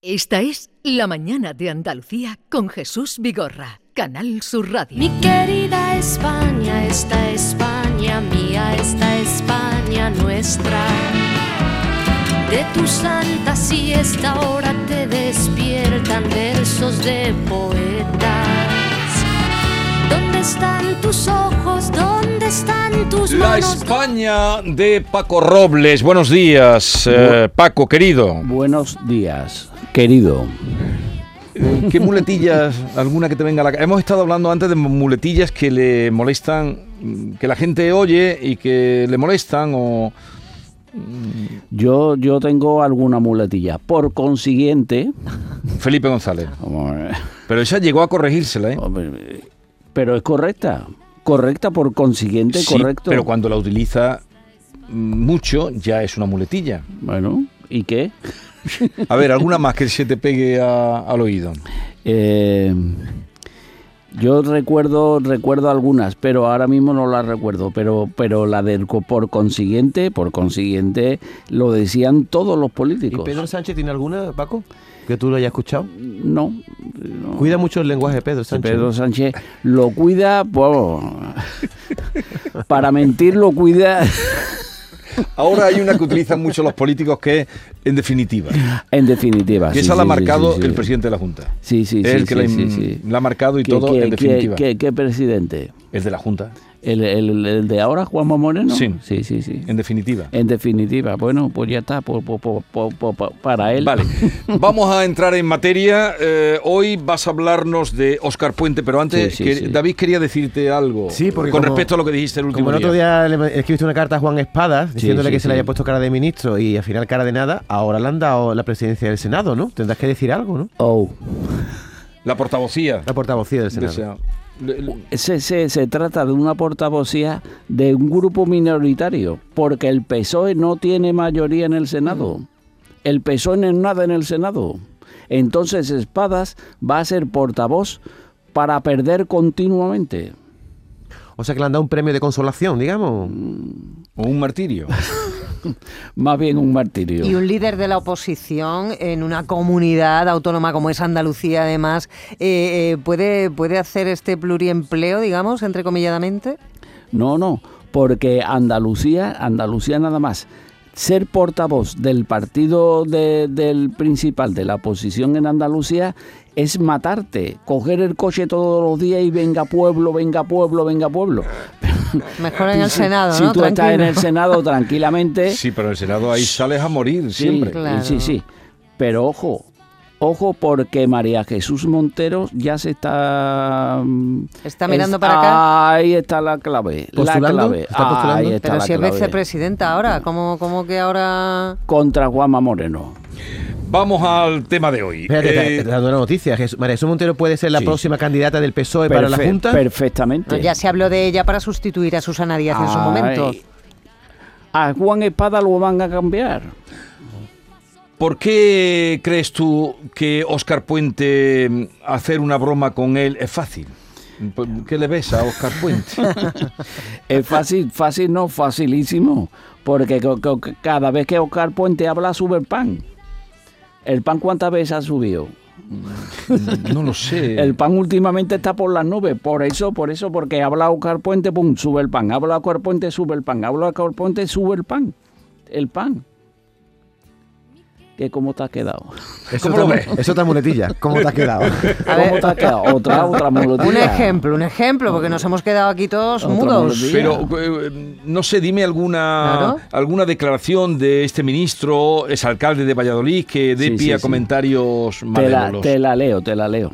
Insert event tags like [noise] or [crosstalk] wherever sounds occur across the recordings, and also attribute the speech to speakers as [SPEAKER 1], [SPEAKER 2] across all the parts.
[SPEAKER 1] Esta es La Mañana de Andalucía con Jesús Vigorra, Canal Sur Radio.
[SPEAKER 2] Mi querida España, esta España mía, esta España nuestra. De tus altas y esta hora te despiertan versos de poetas. ¿Dónde están tus ojos? ¿Dónde están tus
[SPEAKER 3] La
[SPEAKER 2] manos?
[SPEAKER 3] España de Paco Robles. Buenos días, eh, Paco, querido.
[SPEAKER 4] Buenos días, querido.
[SPEAKER 3] Eh, ¿Qué muletillas, alguna que te venga a la ca- Hemos estado hablando antes de muletillas que le molestan, mm, que la gente oye y que le molestan o...
[SPEAKER 4] Yo, yo tengo alguna muletilla. Por consiguiente,
[SPEAKER 3] Felipe González.
[SPEAKER 4] vamos a ver,
[SPEAKER 3] Pero esa llegó a corregírsela, ¿eh?
[SPEAKER 4] hombre, pero es correcta. Correcta por consiguiente,
[SPEAKER 3] Sí,
[SPEAKER 4] correcto.
[SPEAKER 3] pero cuando la utiliza mm, mucho ya es una muletilla.
[SPEAKER 4] Bueno, ¿y qué?
[SPEAKER 3] A ver, alguna más que se te pegue a- al oído.
[SPEAKER 4] Eh, yo recuerdo, recuerdo algunas, pero ahora mismo no las recuerdo. Pero, pero la del co- por consiguiente, por consiguiente, lo decían todos los
[SPEAKER 5] ¿Y
[SPEAKER 4] políticos.
[SPEAKER 5] Pedro Sánchez tiene alguna, Paco? Que tú lo hayas escuchado.
[SPEAKER 4] No,
[SPEAKER 5] Cuida mucho el lenguaje, Pedro
[SPEAKER 4] Sí,
[SPEAKER 5] Sánchez.
[SPEAKER 4] Pedro Sánchez lo cuida, vamos, para mentir lo cuida
[SPEAKER 3] Ahora hay una que utilizan mucho los políticos que es en definitiva.
[SPEAKER 4] en definitiva.
[SPEAKER 3] Que
[SPEAKER 4] Ah, sí,
[SPEAKER 3] esa la
[SPEAKER 4] sí,
[SPEAKER 3] ha marcado
[SPEAKER 4] sí, sí, sí.
[SPEAKER 3] el presidente de la Junta.
[SPEAKER 4] Sí, sí,
[SPEAKER 3] Es
[SPEAKER 4] sí,
[SPEAKER 3] el que
[SPEAKER 4] sí,
[SPEAKER 3] la,
[SPEAKER 4] sí, sí.
[SPEAKER 3] la ha marcado y
[SPEAKER 4] ¿Qué-
[SPEAKER 3] todo,
[SPEAKER 4] qué-
[SPEAKER 3] en
[SPEAKER 4] qué-
[SPEAKER 3] definitiva.
[SPEAKER 4] qué- qué presidente?
[SPEAKER 3] El de la Junta,
[SPEAKER 4] ¿El, el- el de ahora, Juanma Moreno?
[SPEAKER 3] Sí.
[SPEAKER 4] sí, sí. sí.
[SPEAKER 3] en definitiva.
[SPEAKER 4] En definitiva, bueno, pues ya está, po- po- po- po- po- pa- para él. [laughs]
[SPEAKER 3] Vale, vamos a entrar en materia. Eh, hoy vas a hablarnos de Oscar Puente, pero antes,
[SPEAKER 4] Sí, sí,
[SPEAKER 3] que-
[SPEAKER 4] sí.
[SPEAKER 3] David quería decirte algo
[SPEAKER 5] Sí, porque
[SPEAKER 3] con
[SPEAKER 5] como-
[SPEAKER 3] respecto a lo que dijiste el último
[SPEAKER 5] Como el otro día le escribiste una carta a Juan Espada diciéndole
[SPEAKER 4] sí,
[SPEAKER 5] que se le
[SPEAKER 4] sí.
[SPEAKER 5] haya puesto cara de ministro y al final cara de nada, ahora le han dado la presidencia del Senado, ¿no? Tendrás que decir algo, ¿no?
[SPEAKER 4] Oh.
[SPEAKER 3] La portavocía.
[SPEAKER 5] La portavocía del Senado.
[SPEAKER 3] O sea, le- le-
[SPEAKER 4] Se, se- se trata de una portavocía de un grupo minoritario, porque el PSOE E no tiene mayoría en el Senado. El PSOE E no es nada en el Senado. Entonces Espadas va a ser portavoz para perder continuamente.
[SPEAKER 5] O sea que le han dado un premio de consolación, digamos.
[SPEAKER 3] o un martirio.
[SPEAKER 4] Más bien un martirio.
[SPEAKER 6] Y un líder de la oposición en una comunidad autónoma como es Andalucía, además, eh, eh, ¿puede, ¿puede hacer este pluriempleo, digamos, entrecomilladamente?
[SPEAKER 4] No, no, porque Andalucía, Andalucía nada más, ser portavoz del partido de- del principal de la oposición en Andalucía es matarte, coger el coche todos los días y venga pueblo, venga pueblo, venga pueblo.
[SPEAKER 6] Mejor en el
[SPEAKER 4] Si-
[SPEAKER 6] Senado,
[SPEAKER 4] si
[SPEAKER 6] Ah, ¿no?
[SPEAKER 4] tú estás en
[SPEAKER 6] Tranquilo.
[SPEAKER 4] el Senado
[SPEAKER 5] ¿Eh? [laughs]
[SPEAKER 4] tranquilamente,
[SPEAKER 3] Sí, pero en el Senado ahí sales a morir
[SPEAKER 4] Sí,
[SPEAKER 3] siempre.
[SPEAKER 4] sí,
[SPEAKER 6] Claro.
[SPEAKER 4] Sí, sí. Pero ojo, ojo porque María Jesús Montero ya se está... mm,
[SPEAKER 6] Está mirando para acá.
[SPEAKER 4] Ahí está la clave. La
[SPEAKER 5] ¿Postulando?
[SPEAKER 4] clave.
[SPEAKER 5] ¿Está postulando?
[SPEAKER 4] Ahí está
[SPEAKER 6] [laughs] Pero
[SPEAKER 4] la
[SPEAKER 6] si es
[SPEAKER 4] clave.
[SPEAKER 6] vicepresidenta ahora, ¿cómo, cómo que ahora...?
[SPEAKER 4] Contra Juanma Moreno.
[SPEAKER 3] Vamos al tema de hoy.
[SPEAKER 5] Espérate,
[SPEAKER 3] Eh,
[SPEAKER 5] te, te dando una noticia. Jesús, María Jesús Montero puede ser la
[SPEAKER 4] Sí.
[SPEAKER 5] próxima candidata del PSOE para la
[SPEAKER 4] Perfe-
[SPEAKER 5] Junta.
[SPEAKER 4] Perfectamente.
[SPEAKER 6] Ah, Ya se habló de ella para sustituir a Susana Díaz en su
[SPEAKER 4] Ay,
[SPEAKER 6] momento.
[SPEAKER 4] A Juan Espada lo van a cambiar.
[SPEAKER 3] ¿Por qué crees tú que Oscar Puente mm, hacer una broma con él es fácil? P- ¿Qué le ves a Oscar
[SPEAKER 5] [laughs]
[SPEAKER 3] Puente?
[SPEAKER 4] Es fácil, [laughs] fácil no, facilísimo. Porque co- co- cada vez que Oscar Puente habla, sube el pan. ¿El pan cuántas veces ha subido?
[SPEAKER 3] No lo sé.
[SPEAKER 4] El pan últimamente está por las nubes, por eso, por eso, porque habla Oscar Puente, pum, sube el pan, habla Oscar Puente, sube el pan, habla Oscar Puente, sube el pan, el pan. ¿Qué cómo te has quedado?
[SPEAKER 5] Eso
[SPEAKER 3] ¿Cómo lo
[SPEAKER 5] otra-
[SPEAKER 3] ves?
[SPEAKER 5] Es otra muletilla. ¿Cómo te has quedado?
[SPEAKER 6] A ver.
[SPEAKER 4] ¿Cómo te has
[SPEAKER 6] [laughs]
[SPEAKER 4] quedado? Otra, otra molotía.
[SPEAKER 6] Un ejemplo, un ejemplo, porque nos hemos quedado aquí todos
[SPEAKER 4] Otra
[SPEAKER 6] mudos.
[SPEAKER 4] melodía.
[SPEAKER 3] Pero eh, no sé, dime alguna
[SPEAKER 6] Claro.
[SPEAKER 3] alguna declaración de este ministro, es alcalde de Valladolid, que dé
[SPEAKER 4] Sí,
[SPEAKER 3] pie
[SPEAKER 4] sí,
[SPEAKER 3] a
[SPEAKER 4] sí.
[SPEAKER 3] comentarios
[SPEAKER 4] Te la,
[SPEAKER 3] malévolos.
[SPEAKER 4] te la leo, te la leo.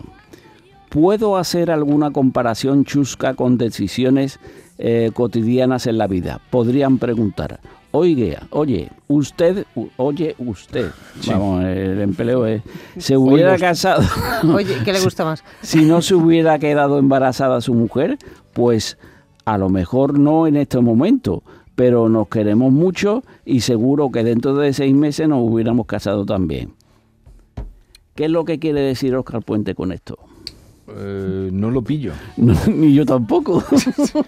[SPEAKER 4] ¿Puedo hacer alguna comparación chusca con decisiones eh, cotidianas en la vida? Podrían preguntar. Oye, oye, usted, u- oye, usted, vamos, el empleo es, se hubiera
[SPEAKER 3] usted.
[SPEAKER 4] casado,
[SPEAKER 3] [laughs]
[SPEAKER 6] Oye, ¿qué le gusta más?
[SPEAKER 4] si no se hubiera quedado embarazada su mujer, pues a lo mejor no en este momento, pero nos queremos mucho y seguro que dentro de seis meses nos hubiéramos casado también. ¿Qué es lo que quiere decir Oscar Puente con esto?
[SPEAKER 3] Eh, no lo pillo.
[SPEAKER 4] No, [laughs] ni yo tampoco.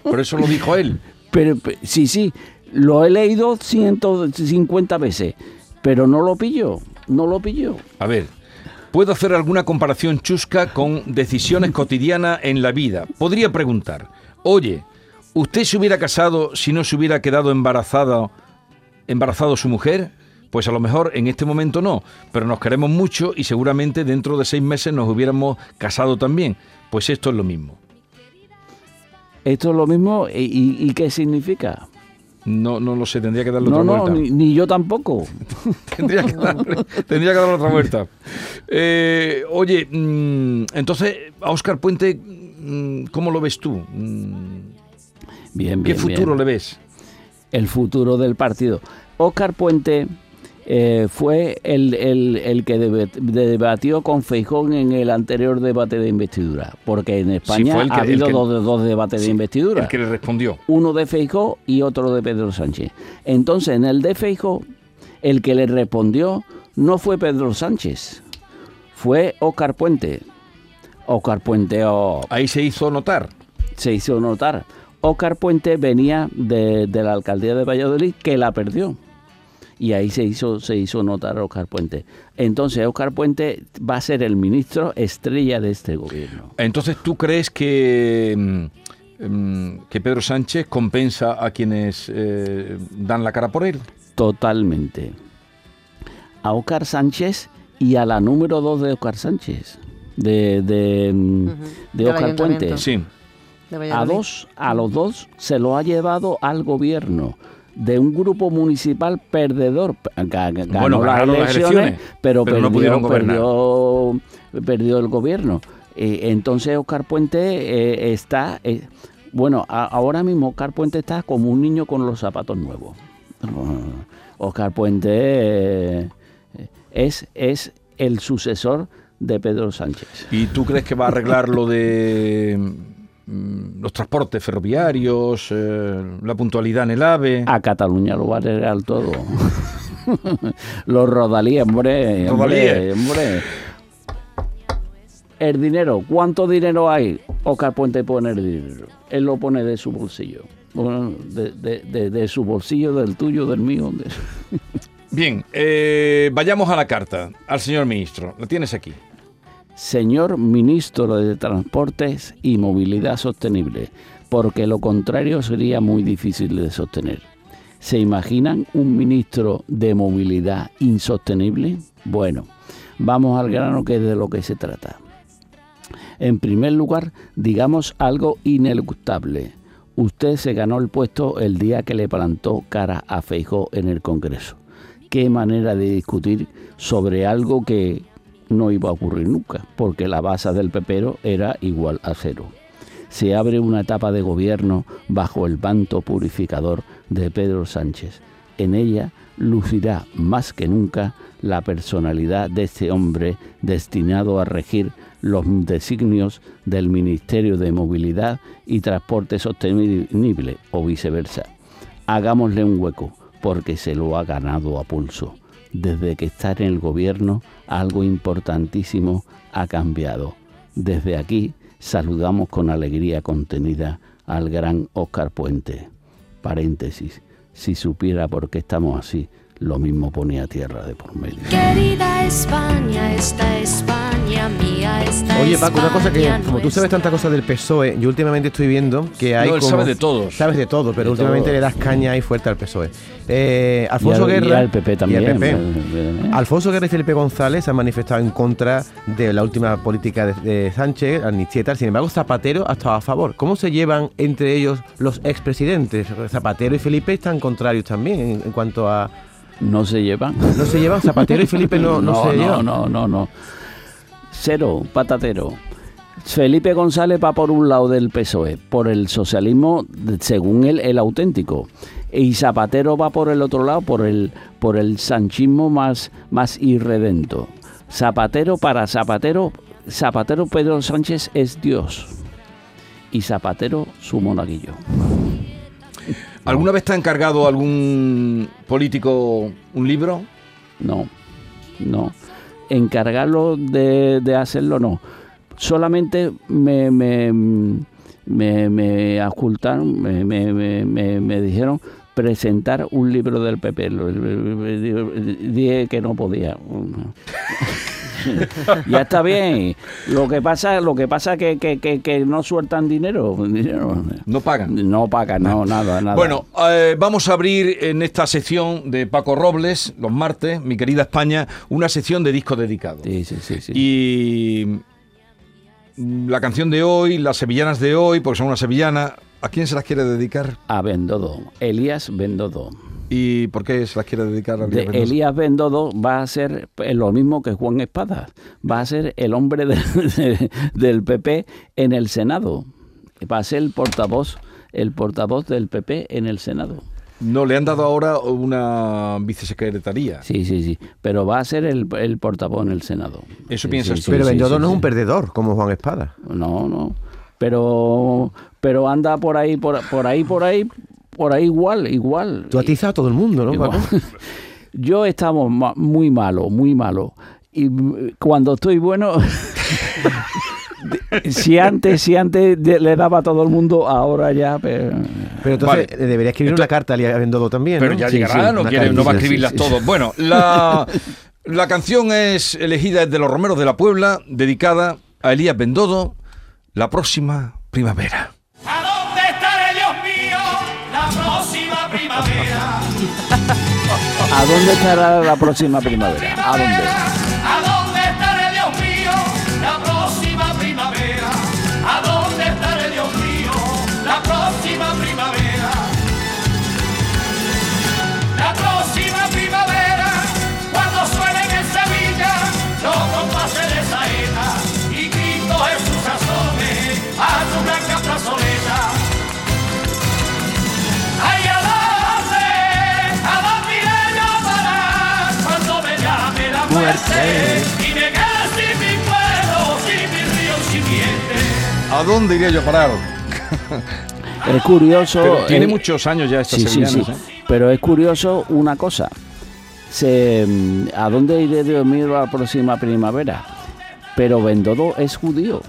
[SPEAKER 3] Por eso lo dijo él.
[SPEAKER 4] [laughs] pero, pe- sí, sí, lo he leído 150 veces, pero no lo pillo, no lo pillo.
[SPEAKER 3] A ver, Puedo hacer alguna comparación chusca con decisiones cotidianas en la vida. Podría preguntar, oye, ¿usted se hubiera casado si no se hubiera quedado embarazada, embarazado su mujer? Pues a lo mejor en este momento no, pero nos queremos mucho y seguramente dentro de seis meses nos hubiéramos casado también. Pues esto es lo mismo.
[SPEAKER 4] Esto es lo mismo. ¿Y, y- y qué significa?
[SPEAKER 3] No, no lo sé, tendría que darle
[SPEAKER 4] No,
[SPEAKER 3] otra
[SPEAKER 4] no,
[SPEAKER 3] vuelta.
[SPEAKER 4] ni, ni yo tampoco.
[SPEAKER 3] [laughs] tendría, que darle, tendría que darle otra vuelta. Eh, oye, mm, entonces, a Oscar Puente, mm, ¿cómo lo ves tú? Mm,
[SPEAKER 4] Bien, bien.
[SPEAKER 3] ¿Qué futuro
[SPEAKER 4] bien.
[SPEAKER 3] le ves?
[SPEAKER 4] el futuro del partido. Óscar Puente eh, fue el, el- el que debe- debatió con Feijón en el anterior debate de investidura, porque en España
[SPEAKER 3] fue el que- el
[SPEAKER 4] ha habido
[SPEAKER 3] que-
[SPEAKER 4] dos, dos debates de investidura
[SPEAKER 3] El que le respondió.
[SPEAKER 4] uno de Feijó y otro de Pedro Sánchez. Entonces, en el de Feijó, el que le respondió no fue Pedro Sánchez, fue Óscar Puente. Óscar Puente oh,
[SPEAKER 3] Ahí se hizo notar.
[SPEAKER 4] se hizo notar. Óscar Puente venía de, de la alcaldía de Valladolid que la perdió. Y ahí se hizo, se hizo notar Óscar Puente. Entonces, Óscar Puente va a ser el ministro estrella de este gobierno.
[SPEAKER 3] Entonces, ¿tú crees que, mm, mm, que Pedro Sánchez compensa a quienes eh, dan la cara por él?
[SPEAKER 4] Totalmente. A Óscar Sánchez y a la número 2 de Óscar Sánchez. De, de, mm,
[SPEAKER 6] Ujú.
[SPEAKER 4] de
[SPEAKER 6] Del
[SPEAKER 4] Óscar Puente.
[SPEAKER 6] ayuntamiento.
[SPEAKER 3] Sí.
[SPEAKER 6] de
[SPEAKER 4] A
[SPEAKER 6] Valladolid.
[SPEAKER 4] dos, a los dos se lo ha llevado al gobierno de un grupo municipal perdedor. Ga- ga- Ganó
[SPEAKER 3] Bueno,
[SPEAKER 4] las
[SPEAKER 3] ganaron
[SPEAKER 4] elecciones,
[SPEAKER 3] las elecciones,
[SPEAKER 4] pero,
[SPEAKER 3] pero no
[SPEAKER 4] perdió,
[SPEAKER 3] pudieron gobernar.
[SPEAKER 4] perdió, perdió el gobierno. Eh, entonces Oscar Puente eh, está, eh, bueno, a- ahora mismo Oscar Puente está como un niño con los zapatos nuevos. [laughs] Oscar Puente eh, es, es el sucesor de Pedro Sánchez.
[SPEAKER 3] ¿Y tú crees que va a arreglar lo de mm, los transportes ferroviarios, eh, la puntualidad en el AVE?
[SPEAKER 4] A Cataluña lo va a arreglar todo. [laughs] Los rodalíes, hombre, hombre,
[SPEAKER 3] Rodalíes.
[SPEAKER 4] hombre. El dinero, ¿cuánto dinero hay? Oscar Puente pone el dinero. Él lo pone de su bolsillo. Bueno, de, de- de- de su bolsillo, del tuyo, del mío. de-
[SPEAKER 3] Bien, eh, vayamos a la carta, al señor ministro. La tienes aquí.
[SPEAKER 4] Señor ministro de Transportes y Movilidad Sostenible, porque lo contrario sería muy difícil de sostener. ¿Se imaginan un ministro de movilidad insostenible? Bueno, vamos al grano que es de lo que se trata. En primer lugar, digamos algo ineluctable. Usted se ganó el puesto el día que le plantó cara a Feijó en el Congreso. Qué manera de discutir sobre algo que no iba a ocurrir nunca, porque la base del pepero era igual a cero. Se abre una etapa de gobierno bajo el manto purificador de Pedro Sánchez. En ella lucirá más que nunca la personalidad de este hombre destinado a regir los designios del Ministerio de Movilidad y Transporte Sostenible o viceversa. Hagámosle un hueco, porque se lo ha ganado a pulso. Desde que está en el gobierno, algo importantísimo ha cambiado. Desde aquí saludamos con alegría contenida al gran Óscar Puente. Paréntesis, si supiera por qué estamos así, lo mismo ponía tierra de por medio.
[SPEAKER 2] Querida España, esta España mía, esta
[SPEAKER 5] Oye, Paco, una cosa que,
[SPEAKER 2] España
[SPEAKER 5] como tú sabes tanta
[SPEAKER 2] nuestra.
[SPEAKER 5] cosa del PSOE, E, yo últimamente estoy viendo que hay.
[SPEAKER 3] No, él
[SPEAKER 5] como-
[SPEAKER 3] sabe de todos.
[SPEAKER 5] Sabes de todo, pero
[SPEAKER 4] De
[SPEAKER 5] últimamente
[SPEAKER 4] todo.
[SPEAKER 5] le das caña ahí fuerte al PSOE. Eh, Alfonso
[SPEAKER 4] Y al- y
[SPEAKER 5] Guerra.
[SPEAKER 4] al PP también,
[SPEAKER 5] y al PP.
[SPEAKER 4] eh, eh.
[SPEAKER 5] Alfonso Guerra y Felipe González se han manifestado en contra de la última política de, de Sánchez, amnistía y tal. Sin embargo, Zapatero ha estado a favor. ¿Cómo se llevan entre ellos los expresidentes? Zapatero y Felipe están contrarios también en, en cuanto a.
[SPEAKER 4] No se llevan.
[SPEAKER 5] No se llevan, Zapatero y Felipe no, no, se
[SPEAKER 4] [laughs] no,
[SPEAKER 5] llevan.
[SPEAKER 4] no, no, no. Cero, patatero. Felipe González va por un lado del PSOE, E, por el socialismo, de- según él, el auténtico. Y Zapatero va por el otro lado, por el, por el sanchismo más, más irredento. Zapatero para Zapatero, Zapatero Pedro Sánchez es Dios. Y Zapatero su monaguillo.
[SPEAKER 3] ¿Alguna vez te ha encargado algún político un libro?
[SPEAKER 4] No, no. Encargarlo de, de hacerlo, no. Solamente me, me, me, me ocultaron, me, me, me, me- me dijeron presentar un libro del PP. Lo- Dije que no podía. [laughs] ya está bien. Lo que pasa, lo que pasa que, que, que, que no sueltan dinero, dinero.
[SPEAKER 3] No pagan.
[SPEAKER 4] No pagan, no, nada, nada.
[SPEAKER 3] Bueno, eh, vamos a abrir en esta sección de Paco Robles, los martes, mi querida España, una sección de disco dedicado.
[SPEAKER 4] Sí, sí, sí, sí.
[SPEAKER 3] Y mm, la canción de hoy, las sevillanas de hoy, porque son una sevillana, ¿a quién se las quiere dedicar?
[SPEAKER 4] A Bendodo, Elías Bendodo.
[SPEAKER 3] ¿Y por qué se las quiere dedicar a
[SPEAKER 4] De
[SPEAKER 3] Elías Bendodo?
[SPEAKER 4] Elías Bendodo va a ser eh, lo mismo que Juan Espada, va a ser el hombre de- [laughs] de- del PP en el Senado, va a ser el portavoz, el portavoz del PP en el Senado.
[SPEAKER 3] No, le han dado ahora una vicesecretaría.
[SPEAKER 4] Sí, sí, sí, pero va a ser el, el portavoz en el Senado.
[SPEAKER 3] Eso
[SPEAKER 4] Sí,
[SPEAKER 3] piensas tú.
[SPEAKER 4] sí, sí,
[SPEAKER 5] Pero
[SPEAKER 4] sí,
[SPEAKER 5] Bendodo
[SPEAKER 4] sí,
[SPEAKER 5] no es
[SPEAKER 4] sí.
[SPEAKER 5] un perdedor como Juan Espada.
[SPEAKER 4] No, no. Pero, pero anda por ahí, por, por ahí, por ahí, por ahí igual, igual.
[SPEAKER 5] Tú atizas a todo el mundo, ¿no?
[SPEAKER 4] Igual.
[SPEAKER 5] Paco?
[SPEAKER 4] Yo estamos ma- muy malo, muy malo. Y mm, cuando estoy bueno, [laughs] de- si antes, si antes de- le daba a todo el mundo, ahora ya. pues, pero-
[SPEAKER 5] Pero entonces
[SPEAKER 3] Vale.
[SPEAKER 5] eh, debería escribir una carta a Elías Bendodo también.
[SPEAKER 3] Pero
[SPEAKER 5] ¿no?
[SPEAKER 3] ya
[SPEAKER 5] Sí,
[SPEAKER 3] llegará,
[SPEAKER 5] sí,
[SPEAKER 3] no,
[SPEAKER 5] una
[SPEAKER 3] quiere-
[SPEAKER 5] carta.
[SPEAKER 3] no va a
[SPEAKER 5] Sí, sí,
[SPEAKER 3] escribirlas
[SPEAKER 5] sí.
[SPEAKER 3] todas. Bueno, la, [laughs] la canción es elegida de los Romeros de la Puebla, dedicada a Elías Bendodo, la próxima primavera.
[SPEAKER 7] ¿A dónde estaré, Dios mío, la próxima primavera?
[SPEAKER 4] ¿A dónde estará la próxima primavera? ¿A dónde?
[SPEAKER 7] ¿A dónde estaré, Dios mío, la próxima primavera? ¿A dónde estaré, Dios mío, la próxima primavera? La próxima primavera, cuando suenen en Sevilla los compases de saeta y Cristo Jesús asome a su blanca plazoleta. Ay, ¿a dónde? ¿A dónde iré yo a parar cuando me llame la muerte? Y me quede sin mi pueblo, sin mi río, sin mi gente.
[SPEAKER 3] ¿A dónde iría yo a parar?
[SPEAKER 4] Es curioso.
[SPEAKER 3] Pero tiene
[SPEAKER 4] eh,
[SPEAKER 3] muchos años ya esta
[SPEAKER 4] Sí, sí, sí.
[SPEAKER 3] sevillana, ¿eh?
[SPEAKER 4] Pero es curioso una cosa. Se, mm, ¿A dónde iré de dormir la próxima primavera? Pero Bendodo es judío.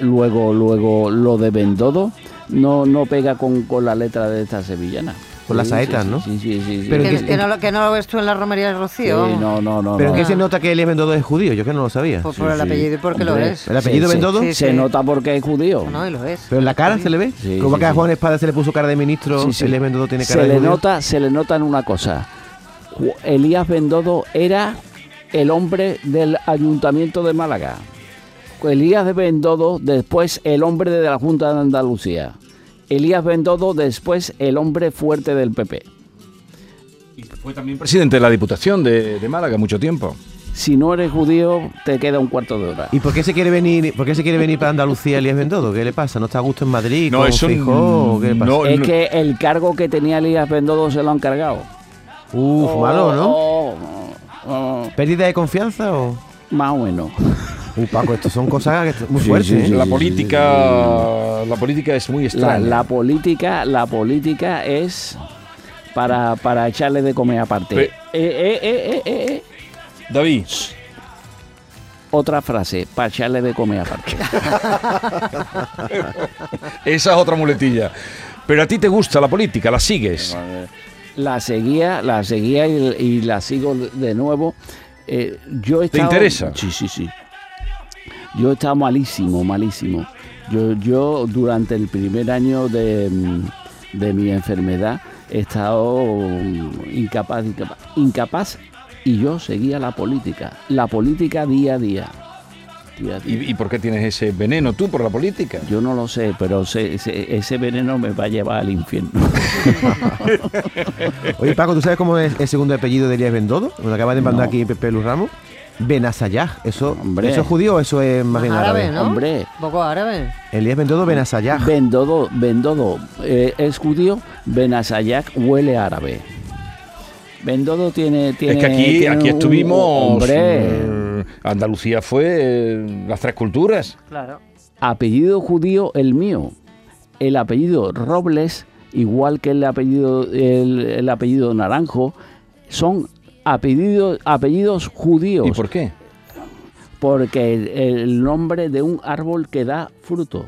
[SPEAKER 4] Luego, luego, lo de Bendodo no, no pega con, con la letra de esta sevillana.
[SPEAKER 5] Con las
[SPEAKER 4] Sí, sí,
[SPEAKER 5] saetas,
[SPEAKER 4] sí,
[SPEAKER 5] ¿no?
[SPEAKER 4] Sí, sí, sí. sí.
[SPEAKER 5] Pero
[SPEAKER 6] Que,
[SPEAKER 5] en-
[SPEAKER 6] que no, lo- que no lo ves tú en la romería del
[SPEAKER 4] Sí,
[SPEAKER 6] Rocío.
[SPEAKER 4] no, no, no.
[SPEAKER 5] Pero
[SPEAKER 4] no.
[SPEAKER 5] ¿en qué se nota que Elías Bendodo es judío? Yo que no lo sabía.
[SPEAKER 6] Pues por el
[SPEAKER 4] Sí, sí.
[SPEAKER 6] Ah, apellido y porque lo
[SPEAKER 4] Hombre,
[SPEAKER 6] es.
[SPEAKER 5] ¿El apellido
[SPEAKER 4] sí,
[SPEAKER 5] Bendodo?
[SPEAKER 6] sí.
[SPEAKER 4] Se nota porque es judío.
[SPEAKER 6] No, y lo es.
[SPEAKER 5] Pero en la cara se le ve.
[SPEAKER 4] Sí,
[SPEAKER 5] Como
[SPEAKER 4] sí,
[SPEAKER 5] que a
[SPEAKER 4] sí.
[SPEAKER 5] Juan Espada se le puso cara de ministro,
[SPEAKER 4] Sí, sí.
[SPEAKER 5] Elías Bendodo tiene cara
[SPEAKER 4] se
[SPEAKER 5] de
[SPEAKER 4] le
[SPEAKER 5] judío.
[SPEAKER 4] nota se le nota en una cosa Ju- Elías Bendodo era el hombre del ayuntamiento de Málaga Elías de Bendodo después el hombre de la Junta de Andalucía Elías Bendodo después el hombre fuerte del PP
[SPEAKER 3] Fue también presidente de la Diputación de, de Málaga mucho tiempo.
[SPEAKER 4] si no eres judío te queda un cuarto de hora
[SPEAKER 5] ¿Y por qué se quiere venir, por qué se quiere venir para Andalucía Elías Bendodo? ¿Qué le pasa? ¿No está a gusto en Madrid?
[SPEAKER 3] No,
[SPEAKER 5] con
[SPEAKER 3] eso
[SPEAKER 5] Feijóo? ¿Qué le pasa?
[SPEAKER 3] no-
[SPEAKER 4] es que el cargo que tenía Elías Bendodo se lo han cargado
[SPEAKER 5] Uf, malo, ¿no?
[SPEAKER 4] Oh, oh, oh,
[SPEAKER 5] ¿Pérdida de confianza o...?
[SPEAKER 4] más o menos
[SPEAKER 5] Uy, Paco, esto son cosas que- muy
[SPEAKER 4] Sí,
[SPEAKER 5] fuertes,
[SPEAKER 4] sí,
[SPEAKER 5] ¿eh?
[SPEAKER 4] sí.
[SPEAKER 3] La política, la política es muy
[SPEAKER 4] La,
[SPEAKER 3] extraña.
[SPEAKER 4] la política, la política es para, para echarle de comer aparte.
[SPEAKER 3] Pe-
[SPEAKER 4] Eh, eh, eh, eh, eh, eh.
[SPEAKER 3] David,
[SPEAKER 4] Otra frase, para echarle de comer aparte.
[SPEAKER 3] esa es otra muletilla. Pero a ti te gusta la política, la sigues.
[SPEAKER 4] La seguía, la seguía y, y la sigo de nuevo. Eh, yo he
[SPEAKER 3] ¿Te
[SPEAKER 4] estado-
[SPEAKER 3] interesa?
[SPEAKER 4] Sí, sí, sí. Yo he estado malísimo, malísimo. Yo, yo durante el primer año de, mm, de mi enfermedad he estado mm, incapaz, incapaz, incapaz y yo seguía la política. La política día a día. Día a día.
[SPEAKER 3] ¿Y, y por qué tienes ese veneno tú por la política?
[SPEAKER 4] Yo no lo sé, pero sé- sé- ese veneno me va a llevar al infierno. [laughs]
[SPEAKER 5] Oye, Paco, ¿tú sabes cómo es el segundo apellido de Elías Bendodo? Me lo acaba de mandar
[SPEAKER 4] No.
[SPEAKER 5] aquí Pepe Luz Ramos. Benasayaj. ¿Eso,
[SPEAKER 4] Hombre.
[SPEAKER 5] ¿Eso es judío o eso es más bien árabe?
[SPEAKER 6] árabe, ¿no?
[SPEAKER 4] Hombre.
[SPEAKER 6] Un poco árabe.
[SPEAKER 5] Elías Bendodo Benasayaj.
[SPEAKER 4] Bendodo, Bendodo eh, es judío, Benasayak huele árabe. Bendodo tiene... tiene
[SPEAKER 3] es que aquí,
[SPEAKER 4] tiene
[SPEAKER 3] aquí
[SPEAKER 4] un-
[SPEAKER 3] estuvimos.
[SPEAKER 4] hombre,
[SPEAKER 3] mm, Andalucía fue eh, las tres culturas.
[SPEAKER 6] Claro.
[SPEAKER 4] apellido judío el mío. El apellido Robles, igual que el apellido, el, el apellido Naranjo, son apellidos, apellidos judíos.
[SPEAKER 3] ¿Y por qué?
[SPEAKER 4] Porque el, el nombre de un árbol que da fruto.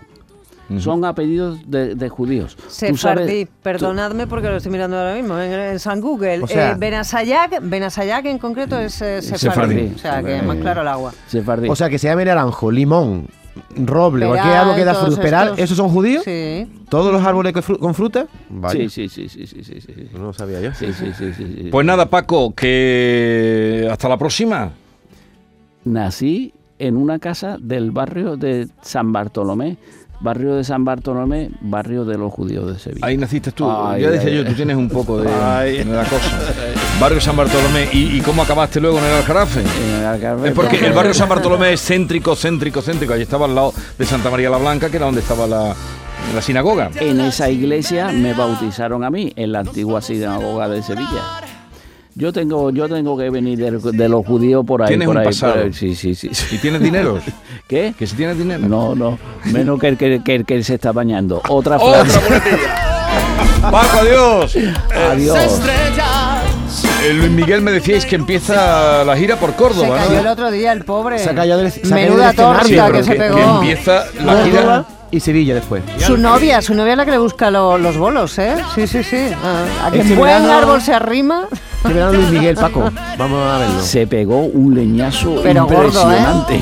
[SPEAKER 4] son apellidos de, de judíos. Tú sabes-
[SPEAKER 6] Sefardí,
[SPEAKER 4] tú-
[SPEAKER 6] perdonadme porque lo estoy mirando ahora mismo en, en San Google.
[SPEAKER 5] O sea-
[SPEAKER 6] eh, Benasayac, Benasayac en concreto es eh, sefardí.
[SPEAKER 3] Sefardí.
[SPEAKER 6] O sea, que más claro el agua.
[SPEAKER 4] sefardí.
[SPEAKER 5] O sea, que se llame naranjo, limón, roble, cualquier
[SPEAKER 6] Peral,
[SPEAKER 5] árbol que da
[SPEAKER 6] todos
[SPEAKER 5] fruta. Peral,
[SPEAKER 6] estos.
[SPEAKER 5] ¿esos son judíos?
[SPEAKER 6] Sí.
[SPEAKER 5] ¿Todos los árboles que fru- con fruta? Vaya,
[SPEAKER 4] sí, sí, sí, sí, sí, sí, sí, sí.
[SPEAKER 5] no lo sabía yo.
[SPEAKER 4] Sí, sí, sí, sí, sí.
[SPEAKER 3] Pues nada, Paco, que hasta la próxima.
[SPEAKER 4] Nací en una casa del barrio de San Bartolomé. Barrio de San Bartolomé, barrio de los judíos de Sevilla.
[SPEAKER 3] Ahí naciste tú.
[SPEAKER 4] Ay,
[SPEAKER 3] ya decía
[SPEAKER 4] ay,
[SPEAKER 3] yo,
[SPEAKER 4] ay.
[SPEAKER 3] tú tienes un poco de,
[SPEAKER 4] [laughs] Ay.
[SPEAKER 3] de la cosa. Barrio San Bartolomé. ¿Y, y cómo acabaste luego en el Aljarafe?
[SPEAKER 4] En el Algarve.
[SPEAKER 3] Es porque el barrio San Bartolomé es céntrico, céntrico, céntrico. Allí estaba al lado de Santa María la Blanca, que era donde estaba la, la sinagoga.
[SPEAKER 4] En esa iglesia me bautizaron a mí, en la antigua sinagoga de Sevilla. Yo tengo, yo tengo que venir del- de, los judíos por ahí.
[SPEAKER 3] Tienes
[SPEAKER 4] por
[SPEAKER 3] un
[SPEAKER 4] ahí,
[SPEAKER 3] pasado.
[SPEAKER 4] por ahí. Sí, sí, sí. sí.
[SPEAKER 3] ¿Y tienes
[SPEAKER 4] [laughs]
[SPEAKER 3] dinero?
[SPEAKER 4] ¿Qué?
[SPEAKER 3] ¿Que si tienes dinero?
[SPEAKER 4] No, no. Menos que el que, que el que se está bañando. Otra
[SPEAKER 3] ¡Otra
[SPEAKER 4] frase.
[SPEAKER 3] boletilla! ¡Paco, adiós!
[SPEAKER 4] Adiós.
[SPEAKER 3] Eh, Luis Miguel me decíais que empieza la gira por
[SPEAKER 6] Se
[SPEAKER 3] Córdoba,
[SPEAKER 6] cayó el
[SPEAKER 3] ¿no?
[SPEAKER 6] otro día el pobre.
[SPEAKER 5] Se ha caído del- se ha caído del
[SPEAKER 6] Menuda
[SPEAKER 5] escenario.
[SPEAKER 6] torta
[SPEAKER 5] Sí,
[SPEAKER 6] que
[SPEAKER 5] pero
[SPEAKER 6] se
[SPEAKER 5] que-
[SPEAKER 6] pegó.
[SPEAKER 3] que empieza la gira
[SPEAKER 5] Córdoba y Sevilla después.
[SPEAKER 6] Su novia, su novia es la que le busca lo- los bolos, ¿eh? Sí, sí, sí. Ah, a que
[SPEAKER 5] Este
[SPEAKER 6] buen
[SPEAKER 5] verano-
[SPEAKER 6] árbol se arrima.
[SPEAKER 5] Qué verano Luis Miguel, Paco. Vamos a verlo.
[SPEAKER 4] Se pegó un leñazo
[SPEAKER 6] Pero gordo, ¿eh?
[SPEAKER 4] impresionante.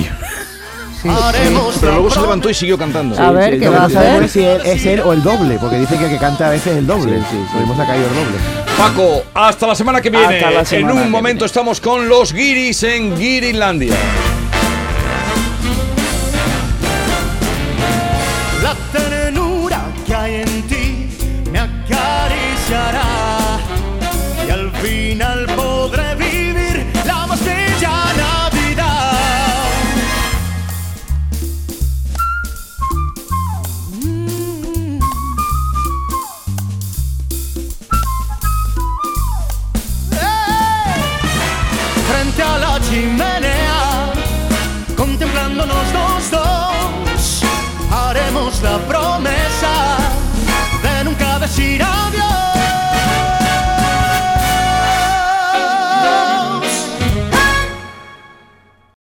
[SPEAKER 6] Sí,
[SPEAKER 5] Ah,
[SPEAKER 6] sí.
[SPEAKER 3] Pero luego se levantó y siguió cantando.
[SPEAKER 6] A ver, ¿qué
[SPEAKER 5] Pero
[SPEAKER 6] va a
[SPEAKER 5] no sabemos
[SPEAKER 6] hacer?
[SPEAKER 5] si él- es él o el doble, porque dice que el que canta a veces es el doble.
[SPEAKER 4] Sí, sí, sí.
[SPEAKER 5] Podemos ha caído el doble.
[SPEAKER 3] Paco, hasta la semana que viene.
[SPEAKER 4] Hasta la semana
[SPEAKER 3] en
[SPEAKER 4] que
[SPEAKER 3] un momento
[SPEAKER 4] viene.
[SPEAKER 3] estamos con los guiris en Guirilandia.